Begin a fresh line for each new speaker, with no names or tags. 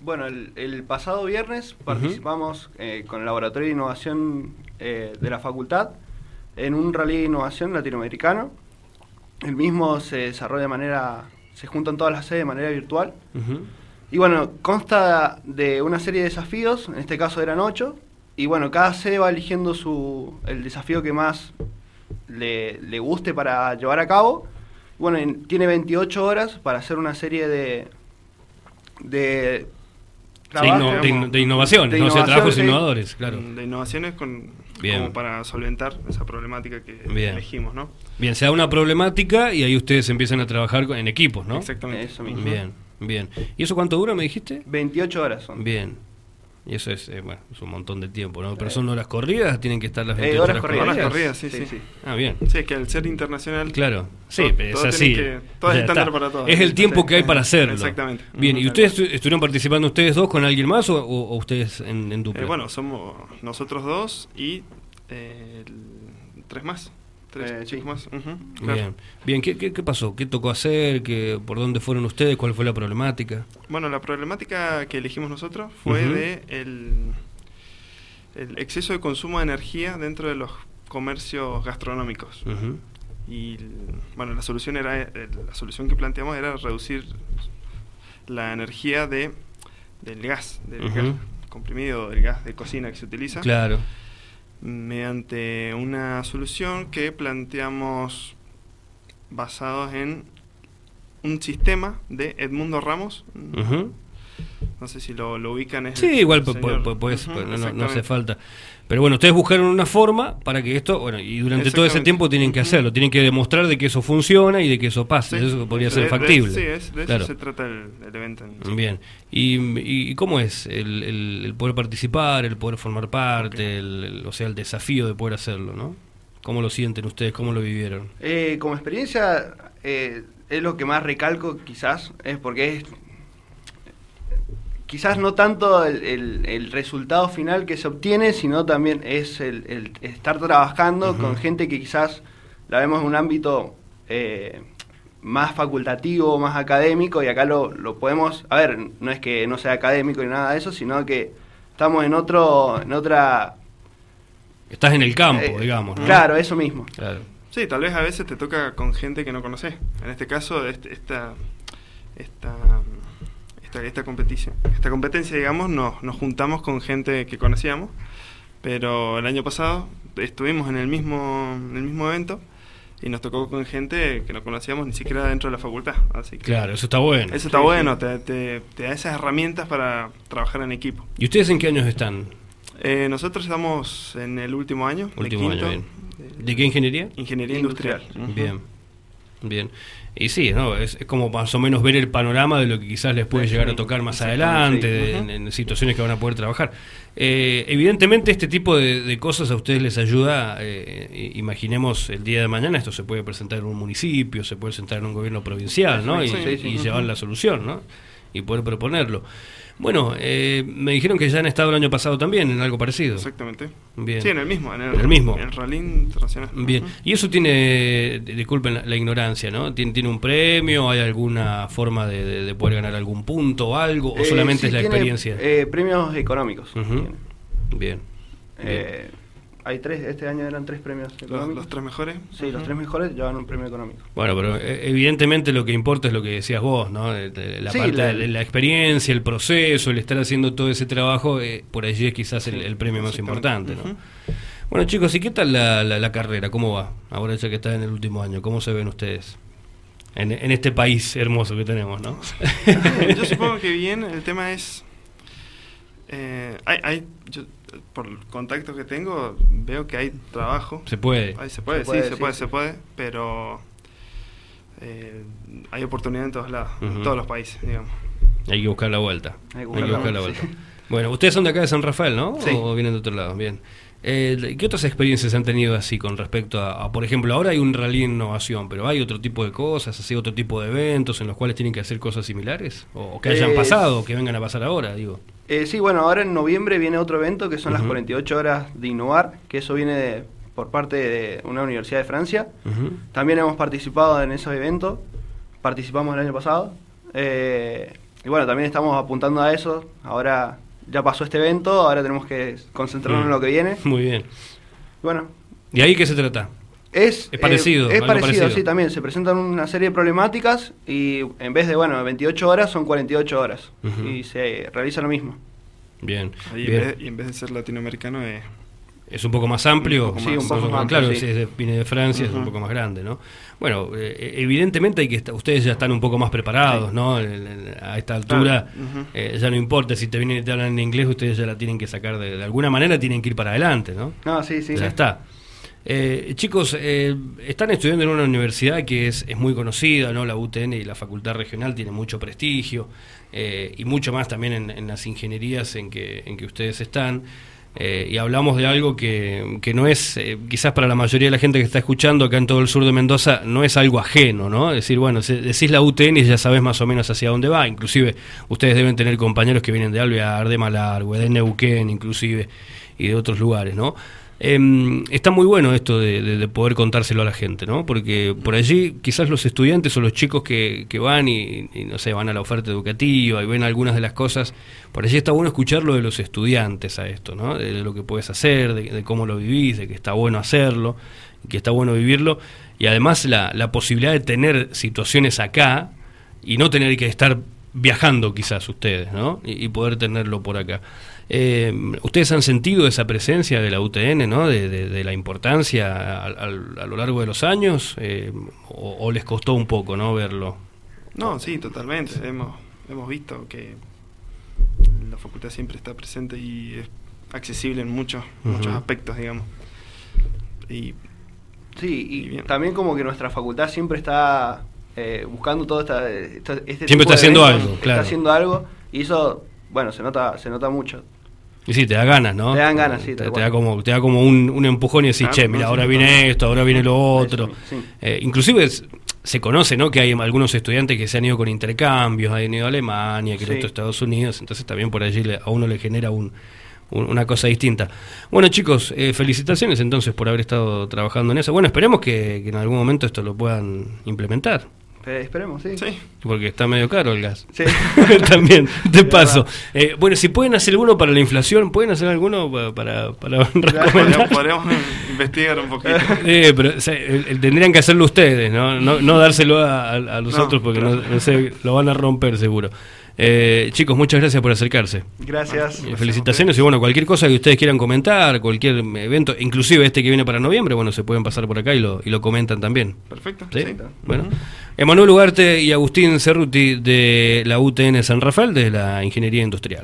Bueno, el, el pasado viernes participamos eh, con el Laboratorio de Innovación eh, de la Facultad en un rally de innovación latinoamericano. El mismo se desarrolla de manera, se juntan todas las sedes de manera virtual.
Ujú.
Y bueno, consta de una serie de desafíos, en este caso eran ocho, y bueno, cada sede va eligiendo su, el desafío que más le, le guste para llevar a cabo. Bueno, en- tiene 28 horas para hacer una serie de... de
De, inno-
trabajos,
de inno- de innovaciones,
de
¿no? O sea,
innovación,
trabajos
sí.
innovadores, Pues, claro.
Mm, De innovaciones con,
Bien.
como para solventar esa problemática que
Bien.
elegimos, ¿no?
Bien, se da una problemática y ahí ustedes empiezan a trabajar con- en equipos, ¿no?
Exactamente.
Eso mismo.
Bien, bien. ¿Y eso cuánto dura, me dijiste?
28 horas son.
Bien. Y eso es, eh, bueno, es un montón de tiempo, ¿no? Pero son horas corridas, tienen que estar las
Eh,
28
horas corridas.
Horas corridas, sí, sí.
Ah, bien.
Sí, es que al ser internacional. eh,
Claro, sí,
todo-
es
todo
así.
tenés que-
O
todo es
sea,
estándar
está.
para todos.
Es el tiempo que hay para hacerlo.
Exactamente.
Bien,
Ujú,
¿y
tal
ustedes
cual.
estu- estuvieron participando ustedes dos con alguien más o, o- o ustedes en, en dupla?
Eh, bueno, somos nosotros dos y eh, el- tres más. Tres
Eh, sí.
chicos más. ujú, claro.
Bien, bien ¿qué, qué, qué pasó? ¿Qué tocó hacer? ¿Qué, ¿Por dónde fueron ustedes? ¿Cuál fue la problemática?
Bueno, la problemática que elegimos nosotros fue
Ujú.
de el, el exceso de consumo de energía dentro de los comercios gastronómicos.
Ujú.
Y bueno, la solución era eh, la solución que planteamos era reducir la energía de del gas, del
Ujú.
gas comprimido, del gas de cocina que se utiliza
Claro.
mediante una solución que planteamos basados en un sistema de Edmundo Ramos.
Ujú.
No sé si lo, lo ubican. es
Sí,
el
igual pues, po-
señor.
po- podés-
Ujú,
po- no, no- no hace
exactamente.
falta. Pero bueno, ustedes buscaron una forma para que esto, bueno, y durante todo ese
Exactamente.
tiempo tienen que
Ujú.
hacerlo, tienen que demostrar de que eso funciona y de que eso pasa,
Sí,
de eso que podría
de-
ser
de-
factible.
sí, es- de
Claro.
eso se trata el, el evento. en sí.
Bien. ¿Y, y cómo es el, el- el poder participar, el poder formar parte, el- el- o sea, el desafío de poder hacerlo, ¿no? ¿Cómo lo sienten ustedes? ¿Cómo lo vivieron?
Eh, como experiencia, eh, es lo que más recalco quizás, es porque es quizás no tanto el, el- el resultado final que se obtiene, sino también es el, el estar trabajando
Ujú.
con gente que quizás la vemos en un ámbito eh, más facultativo, más académico, y acá lo, lo podemos, a ver, no es que no sea académico ni nada de eso, sino que estamos en otro, en otra
Estás en el campo,
eh,
digamos, ¿no?
Claro, eso mismo.
Claro.
Sí, tal vez a veces te toca con gente que no conoces. En este caso, este- esta, esta, esta, esta competencia, esta competencia, digamos, nos, nos juntamos con gente que conocíamos. Pero el año pasado estuvimos en el mismo, en el mismo evento y nos tocó con gente que no conocíamos ni siquiera dentro de la facultad. Así que
Claro, eso está bueno.
eso está
Sí,
bueno, te, te- te da esas herramientas para trabajar en equipo.
¿Y ustedes en qué años están?
Eh, nosotros estamos en el último año, de
Último año,
quinto,
bien.
de
¿De qué ingeniería?
ingeniería industrial.
Industrial.
Ujú.
Bien, bien. Y sí, ¿no? es, es como más o menos ver el panorama de lo que quizás les puede
Sí,
llegar a
sí,
tocar más adelante,
exactamente,
sí.
de-
Ajá.
en, en situaciones que van a poder trabajar. Eh, evidentemente este tipo de, de cosas a ustedes les ayuda, eh, i- imaginemos el día de mañana, esto se puede presentar en un municipio, se puede presentar en un gobierno provincial, ¿no? Y,
Sí, sí,
y
sí.
llevar la solución, ¿no? Y poder proponerlo. Bueno, eh, me dijeron que ya han estado el año pasado también en algo parecido.
Exactamente.
Bien.
Sí, en el mismo. En el,
En el mismo.
En el rally internacional.
Bien,
Ujú.
y eso tiene, di- disculpen la, la ignorancia, ¿no? ¿Tiene, ¿Tiene un premio? ¿Hay alguna forma de, de- de poder ganar algún punto o algo? ¿O
Eh,
solamente
sí,
es la
tiene,
experiencia?
eh, premios económicos.
Ujú.
tiene.
Bien. bien.
Eh, hay tres, este año eran tres premios
Los,
económicos.
los tres mejores.
Sí, los tres mejores llevan un premio económico.
Bueno, pero eh, evidentemente lo que importa es lo que decías vos, ¿no? Eh, de- La
Sí,
parte
la-
de la experiencia, el proceso, el estar haciendo todo ese trabajo, eh, por allí es quizás el, el premio más
Exactamente.
importante, ¿no? Bueno, chicos, ¿y qué tal la, la- la carrera? ¿Cómo va? Ahora ya que están en el último año, ¿cómo se ven ustedes? En, en este país hermoso que tenemos, ¿no?
Bien, Yo supongo que bien, el tema es... eh, hay, hay- yo, por el contacto que tengo, veo que hay trabajo.
se puede.
Ahí se puede,
Se puede,
sí, se
sí,
puede,
sí.
se puede, pero eh, hay oportunidad en todos lados,
Ujú.
en todos los países, digamos.
Hay que buscar la vuelta. Hay
Hay
que
que
buscar,
buscar la
la vuelta.
vuelta,
Bueno, ustedes son de acá de San Rafael, ¿no?
Sí.
O vienen de otro lado, bien. Eh, ¿Qué otras experiencias han tenido así con respecto a, a, por ejemplo, ahora hay un rally en innovación, pero hay otro tipo de cosas, así otro tipo de eventos en los cuales tienen que hacer cosas similares? ¿O, o que hayan
Eh,
pasado, o que vengan a pasar ahora, digo?
Eh, sí, bueno, ahora en noviembre viene otro evento que son las
Ujú.
48 horas de innovar, que eso viene de- por parte de una universidad de Francia.
Ujú.
También hemos participado en esos eventos, participamos el año pasado. Eh, Y bueno, también estamos apuntando a eso. Ahora ya pasó este evento, ahora tenemos que concentrarnos
Mm.
en lo que viene.
Muy bien.
Y bueno,
¿Y ahí qué se trata?
es, eh,
Es parecido,
es
algo
parecido,
parecido.
sí, también. Se presentan una serie de problemáticas y en vez de, bueno, 28 horas son 48 horas.
Ujú.
Y se realiza lo mismo.
Bien.
Ahí en
bien.
vez- y en vez de ser latinoamericano, eh,
Es un poco más amplio,
Un poco
Sí, más. un poco más amplio,
claro,
sí.
si es de- viene de Francia, es un
Ujú.
poco más grande, ¿no? Bueno, eh, evidentemente hay que estar- ustedes ya están un poco más preparados, ¿no? El- el- a esta altura
ujú.
eh, ya no importa si te vienen y te hablan en inglés, ustedes ya la tienen que sacar de, de alguna manera, tienen que ir para adelante, ¿no?
No, sí, sí.
Ya está. Eh, chicos, eh, están estudiando en una universidad que es, es muy conocida, ¿no? La UTN y la Facultad Regional tiene mucho prestigio eh, y mucho más también en, en las ingenierías en que, en que ustedes están. Eh, y hablamos de algo que, que no es, eh, quizás para la mayoría de la gente que está escuchando acá en todo el sur de Mendoza, no es algo ajeno, ¿no? Es decir, bueno, se- decís la UTN y ya sabes más o menos hacia dónde va. Inclusive ustedes deben tener compañeros que vienen de Alvear, de Malargue, de Neuquén, inclusive, y de otros lugares, ¿no? Em, está muy bueno esto de, de- de poder contárselo a la gente, ¿no? Porque por allí quizás los estudiantes o los chicos que, que van y, y, no sé, van a la oferta educativa y ven algunas de las cosas, por allí está bueno escuchar lo de los estudiantes a esto, ¿no? De, de lo que puedes hacer, de, de cómo lo vivís, de que está bueno hacerlo, que está bueno vivirlo y además la, la posibilidad de tener situaciones acá y no tener que estar viajando quizás ustedes, ¿no? Y, y poder tenerlo por acá. Eh, ustedes han sentido esa presencia de la UTN, ¿no? De, de- de la importancia al- al- a, lo largo de los años, eh, o, o les costó un poco, ¿no? Verlo.
No, sí, totalmente. Hemos, hemos visto que la facultad siempre está presente y es accesible en muchos,
Ujú.
muchos aspectos, digamos. Y
Sí, y
Y bien.
también como que nuestra facultad siempre está eh, buscando todo esta, esta- este
Siempre
tipo
está
de
haciendo
eventos,
algo, claro.
Está haciendo algo y eso, bueno, se nota, se nota mucho.
Y sí, te da ganas, ¿no?
Te dan ganas, sí,
Te,
tal
te da
cual. Ah,
como, te da como un, un empujón y decís,
Claro,
che,
no,
mira,
sí,
ahora
no,
viene
no.
esto, ahora viene lo otro.
Sí.
Eh, inclusive es- se conoce, ¿no? Que hay algunos estudiantes que se han ido con intercambios, han ido a Alemania, que el
Sí.
otro a Estados Unidos, entonces también por allí le- a uno le genera un, un- una cosa distinta. Bueno, chicos, eh, felicitaciones entonces por haber estado trabajando en eso. Bueno, esperemos que, que en algún momento esto lo puedan implementar,
Eh, esperemos, sí.
sí,
porque está medio caro el gas.
Sí.
También, de
verdad.
paso. Eh, bueno, si pueden hacer alguno para la inflación, pueden hacer alguno pa- para, para, recomendar.
podríamos, podríamos investigar un poquito.
Eh, pero o sea, el- el- tendrían que hacerlo ustedes, no, no, no dárselo a, a- a los
No,
otros porque
claro.
no, no sé, lo van a romper seguro. Eh, chicos, muchas gracias por acercarse.
Gracias.
Eh, felicitaciones y bueno, cualquier cosa que ustedes quieran comentar, cualquier evento, inclusive este que viene para noviembre, bueno, se pueden pasar por acá y lo, y lo comentan también.
Perfecto.
¿Sí?
sí.
Bueno.
Ujú.
Emanuel Ugarte y Agustín Cerruti de la UTN San Rafael, de la Ingeniería Industrial.